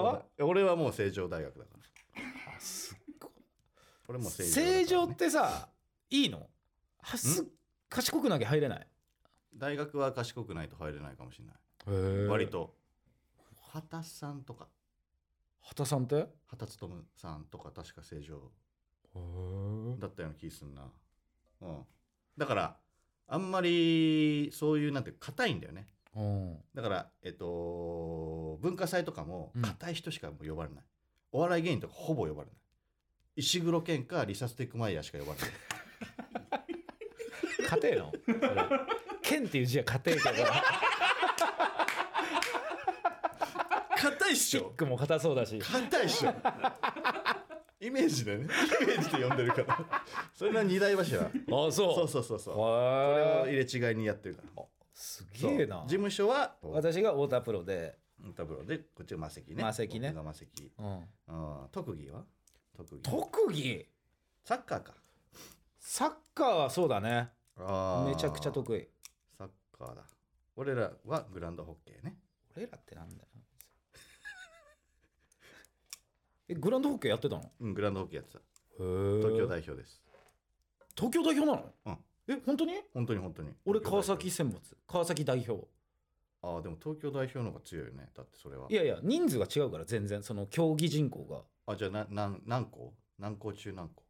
Speaker 2: は
Speaker 1: 俺はもう成城大学だから俺もう成城だから
Speaker 2: 正常ってさいいのはす賢くなきゃ入れない
Speaker 1: 大学は賢くないと入れないかもしれない、割と畑さんとか
Speaker 2: 畑さんって
Speaker 1: 畑勉さんとか確か成城だったような気すんな、うん、だからあんまりそういうなんて硬いんだよね
Speaker 2: うん
Speaker 1: だからえっと文化祭とかも
Speaker 2: うん
Speaker 1: 硬い人しかもう呼ばれない、お笑い芸人とかほぼ呼ばれない石黒健かリサステックマイヤーしか呼ばれない
Speaker 2: 家 庭の剣っていう字は家 庭だから
Speaker 1: 硬いっし
Speaker 2: キ
Speaker 1: ょ
Speaker 2: ックも硬そうだし
Speaker 1: 硬いっしょイメージだよねイメージで呼んでるからそれが二大柱
Speaker 2: あそう
Speaker 1: そうそうそうそうこれを
Speaker 2: へえ
Speaker 1: 入れ違いにやってるから
Speaker 2: すげえ
Speaker 1: そ
Speaker 2: な
Speaker 1: う事務所は
Speaker 2: 私が太田プロで、
Speaker 1: うんタブロでこっちがマセキね
Speaker 2: マセキね
Speaker 1: 僕がマセキ
Speaker 2: うん、
Speaker 1: うん特技は特技
Speaker 2: 特技
Speaker 1: サッカーか
Speaker 2: サッカーはそうだね
Speaker 1: あー
Speaker 2: めちゃくちゃ得意
Speaker 1: サッカーだ俺らはグランドホッケーね
Speaker 2: 俺らってなんだよ えグランドホッケーやってたの
Speaker 1: うんグランドホッケーやってた東
Speaker 2: 東
Speaker 1: 京代表です
Speaker 2: 東京代表なの、
Speaker 1: うん
Speaker 2: え本当に
Speaker 1: 本当に本当に
Speaker 2: 俺
Speaker 1: 東京代
Speaker 2: 川
Speaker 1: 表
Speaker 2: 崎選抜川崎代表
Speaker 1: ああでも東京代表の方が強いよねだってそれはい
Speaker 2: やいや人数が違うから全然その競技人口が
Speaker 1: あじゃあななん何校何校中何校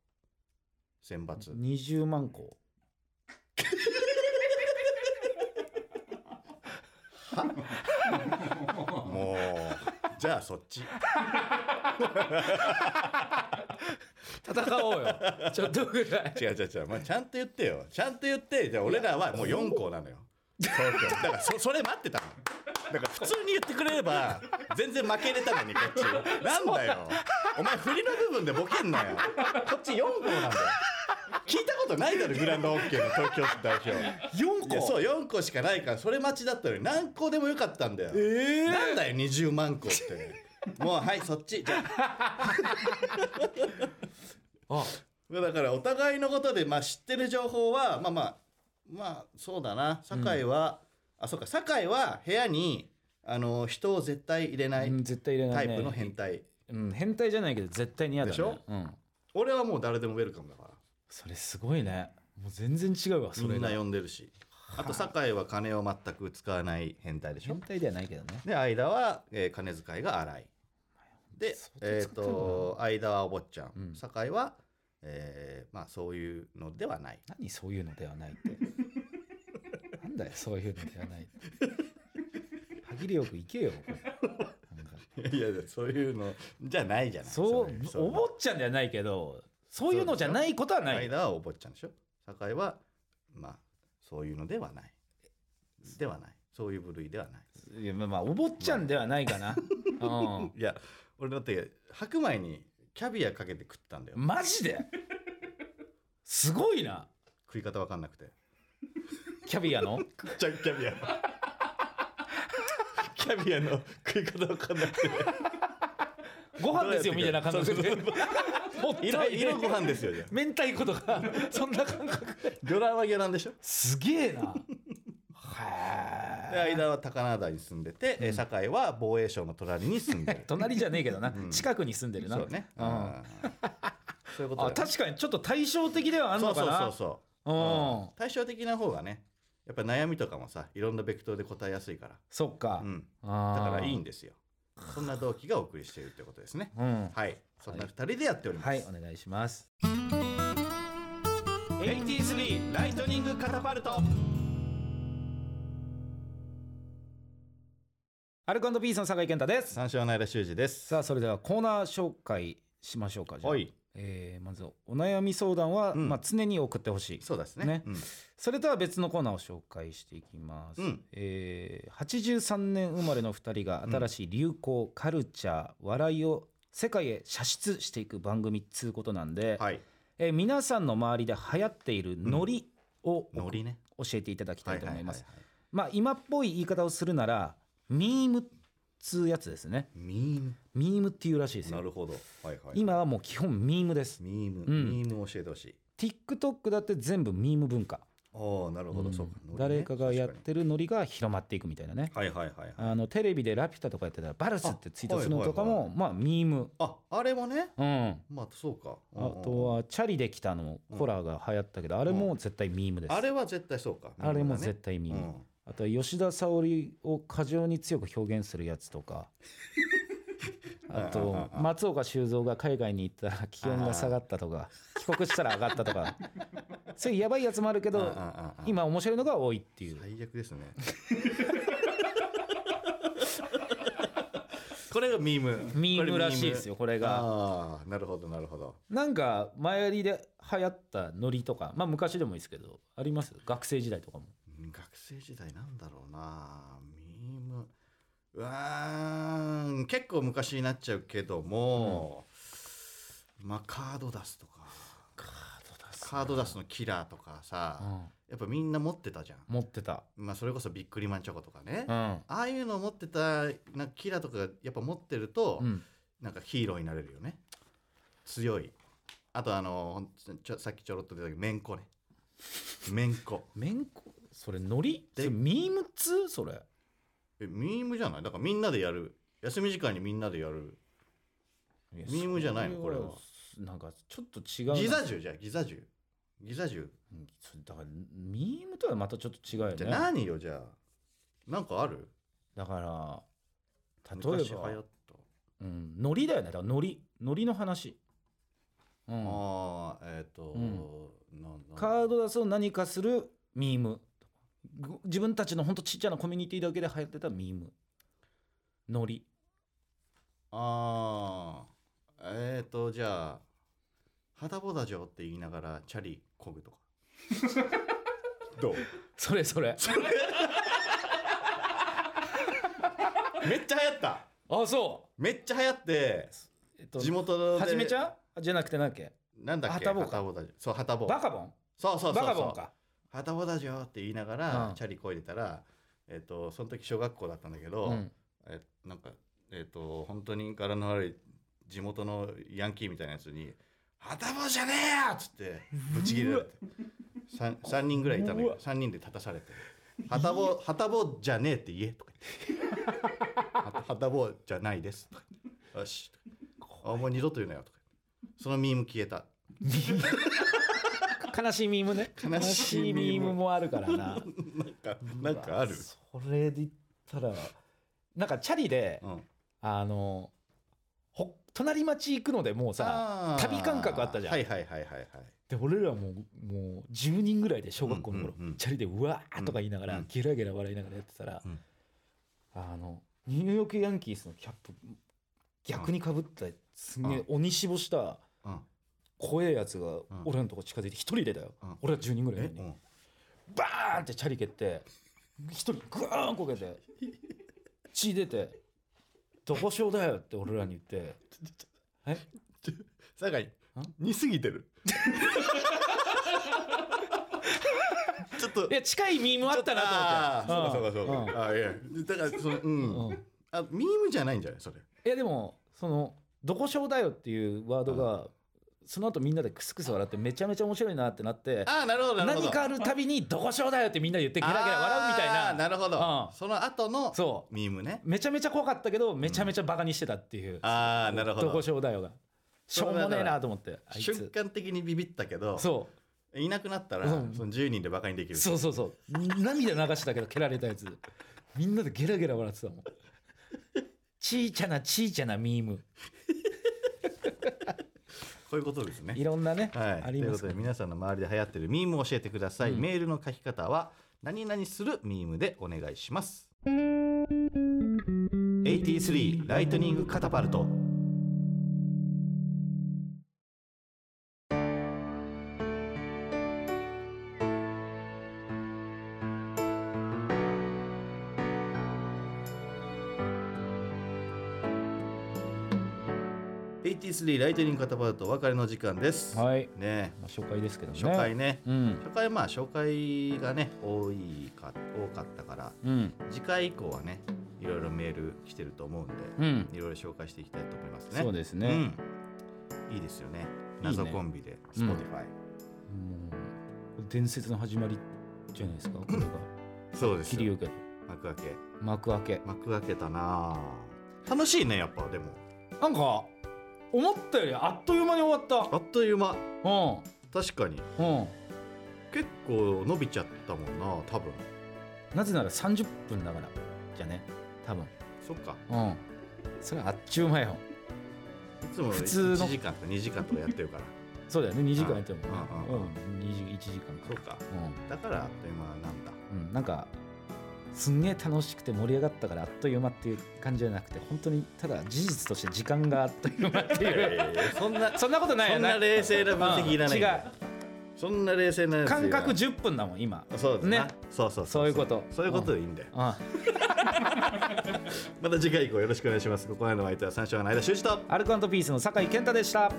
Speaker 1: 選抜
Speaker 2: 20万個
Speaker 1: もうじゃあそっち
Speaker 2: 戦おうよ ちょっとぐらい
Speaker 1: 違う違う違う、まあ、ちゃんと言ってよちゃんと言ってじゃあ俺らはもう4校なのよ東京だからそそれ待ってたのだから普通に言ってくれれば全然負けれたのにこっちなんだよお前振りの部分でボケんなよこっち4校なんだよ聞いたことないだろグランドホッケーの東京代表
Speaker 2: 4
Speaker 1: いやそう4個しかないからそれ待ちだったのに何個でもよかったんだよ、
Speaker 2: え
Speaker 1: なんだよ20万個ってもうはいそっちじゃあ
Speaker 2: あ
Speaker 1: だからお互いのことで、まあ、知ってる情報はまあまあまあそうだな酒井は、あそうか酒井は部屋にあの人を絶対入れない
Speaker 2: うん絶対入れな
Speaker 1: タ
Speaker 2: い、
Speaker 1: イ
Speaker 2: ね、
Speaker 1: プの変態
Speaker 2: うん、変態じゃないけど絶対に嫌だ、ね、
Speaker 1: でしょ
Speaker 2: うん、
Speaker 1: 俺はもう誰でもウェルカムだから
Speaker 2: それすごいねもう全然違うわそ
Speaker 1: み
Speaker 2: れ
Speaker 1: んな
Speaker 2: が
Speaker 1: 呼んでるしあと酒井は金を全く使わない変態でしょ
Speaker 2: 変態ではないけどね
Speaker 1: で間は、えー金遣いが荒いで
Speaker 2: 相、当
Speaker 1: え
Speaker 2: 使
Speaker 1: ー、
Speaker 2: ってんだな
Speaker 1: と間はお坊ちゃん、
Speaker 2: うん
Speaker 1: 酒井は、えーまあ、そういうのではない
Speaker 2: 何そういうのではないってなんだよそういうのではないって歯切れよくいけよこれなんか
Speaker 1: いやいやそういうのじゃないじゃない
Speaker 2: そう
Speaker 1: れ
Speaker 2: お坊ちゃんじゃないけどそういうのじゃないことはない
Speaker 1: 間はお坊ちゃんでしょ酒井はまあそういうのではないではないそういう部類ではない
Speaker 2: いやまあまあお坊ちゃんではないかな、うん、
Speaker 1: いや俺だって白米にキャビアかけて食ったんだよ
Speaker 2: マジですごいな
Speaker 1: 食い方わかんなくて
Speaker 2: キャビアの
Speaker 1: ちゃキャビア のキャビアの食い方わかんなくて
Speaker 2: ご飯ですよ
Speaker 1: ど
Speaker 2: み
Speaker 1: う
Speaker 2: たい
Speaker 1: や
Speaker 2: な
Speaker 1: って
Speaker 2: 感覚 で
Speaker 1: そう
Speaker 2: もった い
Speaker 1: 色
Speaker 2: ねえ
Speaker 1: 色ご飯ですよじゃあ
Speaker 2: 明太子とかそんな感覚
Speaker 1: 魚卵は魚卵でしょ
Speaker 2: すげえな
Speaker 1: で
Speaker 2: は
Speaker 1: 間は高輪台に住んでて、えー堺は防衛省の隣に住んで
Speaker 2: え隣じゃねえけどな、
Speaker 1: うん
Speaker 2: 近くに住んで
Speaker 1: る
Speaker 2: るな
Speaker 1: そうね、
Speaker 2: うんあ
Speaker 1: そういうことだよ
Speaker 2: 確かにちょっと対照的ではあるのかな
Speaker 1: そうそうそうそう、
Speaker 2: うん
Speaker 1: 対照的な方がねやっぱ悩みとかもさいろんなベクトルで答えやすいから、
Speaker 2: そっか、
Speaker 1: うん、だ
Speaker 2: あー
Speaker 1: からいいんですよそんな同期がお送りしているということですね
Speaker 2: うん
Speaker 1: はいそんな二人でやっております、
Speaker 2: はいお願いします
Speaker 1: 83ライトニングカタパルト
Speaker 2: アルコピースの酒井健太です
Speaker 1: 三照の間修二です
Speaker 2: さあそれではコーナー紹介しましょうかじゃあ
Speaker 1: はい
Speaker 2: えーまずお悩み相談は、
Speaker 1: うん
Speaker 2: まあ、常に送ってほしい
Speaker 1: そうですね
Speaker 2: ね
Speaker 1: うん
Speaker 2: それとは別のコーナーを紹介していきます、
Speaker 1: うん
Speaker 2: えー83年生まれの2人が新しい流行、カルチャー笑いを世界へ射出していく番組っつうことなんで、
Speaker 1: はい
Speaker 2: えー皆さんの周りで流行っているノリを、
Speaker 1: ノリね
Speaker 2: 教えていただきたいと思います、
Speaker 1: ははは
Speaker 2: まあ今っぽい言い方をするならミームっつうやつですね
Speaker 1: いミーム
Speaker 2: ミームっていうらしいですよ
Speaker 1: なるほどはいはい
Speaker 2: 今はもう基本ミームです
Speaker 1: ミーム
Speaker 2: うん
Speaker 1: ミームを教えてほしい
Speaker 2: TikTok だって全部ミーム文化
Speaker 1: ああなるほ
Speaker 2: う
Speaker 1: ど
Speaker 2: ん
Speaker 1: そうかノリね
Speaker 2: 誰かがやっ
Speaker 1: 確
Speaker 2: てるノリが広まっていくみたいなね
Speaker 1: かにはいはいはいはい
Speaker 2: あのテレビで「ラピュタ」とかやってたら「バルス」ってツイートするのとか
Speaker 1: はいは
Speaker 2: も、まあミーム
Speaker 1: ああれもね
Speaker 2: うん
Speaker 1: まあそうか
Speaker 2: あとは「チャリで来た」のコラーが流行ったけど、あれも絶対ミームです、
Speaker 1: あれは絶対そうか
Speaker 2: あれも絶対ミーム、
Speaker 1: うん
Speaker 2: あとは吉田沙保里を過剰に強く表現するやつ とかあ
Speaker 1: うんうん
Speaker 2: と
Speaker 1: うんうん
Speaker 2: 松岡修造が海外に行ったら気温が下がったと か帰国したら上がったとかそういうやばいやつもあるけ
Speaker 1: うんうん
Speaker 2: ど
Speaker 1: うんうん
Speaker 2: 今面白いのが多いっていう
Speaker 1: 最悪ですね これがミーム
Speaker 2: ミ
Speaker 1: こ
Speaker 2: ー
Speaker 1: れ
Speaker 2: ムらしいですよこれが
Speaker 1: ああなるほどなるほど
Speaker 2: なんか前りで流行ったノリとかまあ昔でもいいですけどあります学生時代とかも
Speaker 1: うん学生時代なんだろうなミームうわーん結構昔になっちゃうけども、まあカード出すとか
Speaker 2: カード出
Speaker 1: カード出すのキラーとかさ、やっぱみんな持ってたじゃん、
Speaker 2: 持ってた
Speaker 1: まあ、それこそビックリマンチョコとかね、
Speaker 2: う
Speaker 1: あ
Speaker 2: ん
Speaker 1: あいうの持ってたなんかキラーとかがやっぱ持ってると、
Speaker 2: うん
Speaker 1: なんかヒーローになれるよね強いあとあのほんちょさっきちょろっと出たけどめんこねめんこ
Speaker 2: めんこそれノリそ
Speaker 1: で
Speaker 2: れミームっつうそれ
Speaker 1: えミームじゃないだからみんなでやる休み時間にみんなでやる
Speaker 2: ミ
Speaker 1: ミームじゃないのこれは
Speaker 2: なんかちょっと違うな
Speaker 1: ギザ銃じゃんギザ銃ギザ銃
Speaker 2: うんそれだからミームとはまたちょっと違うよね
Speaker 1: じゃあ何よじゃあなんかある
Speaker 2: だから例え
Speaker 1: 昔流
Speaker 2: ば
Speaker 1: 行った、
Speaker 2: うんノリだよねだからノリノリの話うん
Speaker 1: ああえっ、と、
Speaker 2: う
Speaker 1: なんだ
Speaker 2: カード出すを何かするミームぐ自分たちのほんとちっちゃなコミュニティだけで流行ってたミームノリ
Speaker 1: ああえっ、とじゃあ肌ボダジョって言いながらチャリこぐと かどう
Speaker 2: それ それ
Speaker 1: めっちゃ流行った
Speaker 2: あそ
Speaker 1: めっちゃ流行って
Speaker 2: う、えっと、
Speaker 1: 地元で
Speaker 2: はじめちゃんあじゃなくてなんだっけ
Speaker 1: なんだっけ
Speaker 2: ハタボか
Speaker 1: ボダジョそうハタボ
Speaker 2: バカボン
Speaker 1: そうそうそうそ
Speaker 2: バ
Speaker 1: う
Speaker 2: カボンか
Speaker 1: ハタボダジョって言いながら、
Speaker 2: うん
Speaker 1: チャリこいでたらえっ、とその時小学校だったんだけど、
Speaker 2: うん
Speaker 1: えなんかえっ、と本当に柄の悪い地元のヤンキーみたいなやつに「ハタボじゃねえよ!」っつってぶち切れられて 3, 三人ぐらいいたの
Speaker 2: う
Speaker 1: よ
Speaker 2: わ
Speaker 1: 3人で立たされて「ハタボハタボじゃねえ」って言えとか言っては「ハタボじゃないです」とか言ってよし」あもう二度と言うなよ」とか言ってそのミーム消えた
Speaker 2: 悲しいミームね
Speaker 1: 悲しいミーム
Speaker 2: 悲もあるから な
Speaker 1: なんかなんかある
Speaker 2: うわそれで言ったらなんかチャリで、
Speaker 1: うん
Speaker 2: あのほ隣町行くのでもうさ
Speaker 1: あー
Speaker 2: 旅感覚あったじゃん
Speaker 1: はいはいはいはいはい
Speaker 2: で俺らもうもう10人ぐらいで小学校の頃、
Speaker 1: うんうんうん
Speaker 2: チャリで「うわー!」とか言いながら、
Speaker 1: うん
Speaker 2: ゲラゲラ笑いながらやってたら、
Speaker 1: うん
Speaker 2: あのニューヨークヤンキースのキャップ逆にかぶったすんげえ鬼しぼした
Speaker 1: うん
Speaker 2: 怖えやつが俺らのとこ近づいて一人でだよ、
Speaker 1: うん
Speaker 2: 俺ら10人ぐらい
Speaker 1: え
Speaker 2: なのにバーンってチャリ蹴って一人グワーンこけて血出て「どこしようだよ」って俺らに言って「え
Speaker 1: 酒井似すぎて るちょっと
Speaker 2: いや近いミームあったな
Speaker 1: あ
Speaker 2: と思
Speaker 1: あ
Speaker 2: って
Speaker 1: そうかそうかそうかあいやだからそのうん、
Speaker 2: うん
Speaker 1: あミームじゃないんじゃないそれ
Speaker 2: いやでもその「どこしょうだよ」っていうワードがその後みんなでクスクス笑ってめちゃめちゃ面白いなってなって
Speaker 1: ああなるほどなるほど
Speaker 2: 何かあるたびに「どこしょうだよ」ってみんなで言ってゲラゲラ笑うみたい
Speaker 1: あー
Speaker 2: な
Speaker 1: なるほど、
Speaker 2: うん
Speaker 1: その後の
Speaker 2: そ
Speaker 1: ミームね
Speaker 2: うめちゃめちゃ怖かったけどめちゃめちゃバカにしてたっていう「
Speaker 1: ああなるほ
Speaker 2: どこ
Speaker 1: ど
Speaker 2: しょうだよ」がしょうもねえなと思ってあい
Speaker 1: 瞬
Speaker 2: つ
Speaker 1: 間的にビビったけど
Speaker 2: そ
Speaker 1: いなくなったら、
Speaker 2: うん
Speaker 1: その10人でバカにでき
Speaker 2: う
Speaker 1: る
Speaker 2: そうそうそう涙流したけど蹴られたやつみんなでゲラゲラ笑ってたもんちいちゃなちいちゃなミーム
Speaker 1: そういうことですね
Speaker 2: い。ろんなね、
Speaker 1: はい、
Speaker 2: あります
Speaker 1: ということ
Speaker 2: か
Speaker 1: で
Speaker 2: ら
Speaker 1: 皆さんの周りで流行ってるミームを教えてください、
Speaker 2: うん
Speaker 1: メールの書き方は何々するミームでお願いします83ライトニングカタパルト83ライトニングカタパルトお別れの時間です、
Speaker 2: はい、
Speaker 1: ね
Speaker 2: まあ、初回ですけどね
Speaker 1: 初回ね
Speaker 2: うん
Speaker 1: 初回まあ初回がね多いか多かったから
Speaker 2: うん
Speaker 1: 次回以降はねいろいろメール来てると思うんで、
Speaker 2: うん
Speaker 1: いろいろ紹介していきたいと思いますね
Speaker 2: そうですね、
Speaker 1: うん、いいですよね
Speaker 2: いいね
Speaker 1: 謎コンビで
Speaker 2: うん
Speaker 1: Spotify、
Speaker 2: もう伝説の始まりじゃないですかこれが
Speaker 1: そうです
Speaker 2: 桐
Speaker 1: よ
Speaker 2: 生家の
Speaker 1: 幕開け
Speaker 2: 幕開け
Speaker 1: 幕開けたなあ楽しいねやっぱでも
Speaker 2: なんか思ったよりあっという間に終わっ
Speaker 1: あっという間
Speaker 2: たうん
Speaker 1: 確かに
Speaker 2: うん
Speaker 1: 結構伸びちゃったもんな多分
Speaker 2: なぜなら30分だからじゃね多分
Speaker 1: そっか
Speaker 2: うんそれはあっちゅう間よ
Speaker 1: いつも
Speaker 2: 普通の
Speaker 1: 1時間とか2時間とかやってる から
Speaker 2: そうだよね2時間やってもね
Speaker 1: うんうんうん
Speaker 2: うん20 1時間
Speaker 1: そう
Speaker 2: か
Speaker 1: かだからあっという間なんだ
Speaker 2: うん、うん、なんかすんげえ楽しくて盛り上がったからあっという間っていう感じじゃなくて本当にただ事実として時間があっという間って
Speaker 1: いや
Speaker 2: い
Speaker 1: いうやいやそんな
Speaker 2: そんなことないよ
Speaker 1: そんな冷静な分析いらないんだよ
Speaker 2: うん違う
Speaker 1: そんな冷静なやついらな
Speaker 2: 感
Speaker 1: い
Speaker 2: 覚10分だもん今
Speaker 1: そうだな
Speaker 2: ね
Speaker 1: そうそう
Speaker 2: そういうこと
Speaker 1: そういうことでいいんだよ
Speaker 2: あ
Speaker 1: また次回以降よろしくお願いしますここまでのお相手は三章の間修士と
Speaker 2: アルコピースの酒井健太でした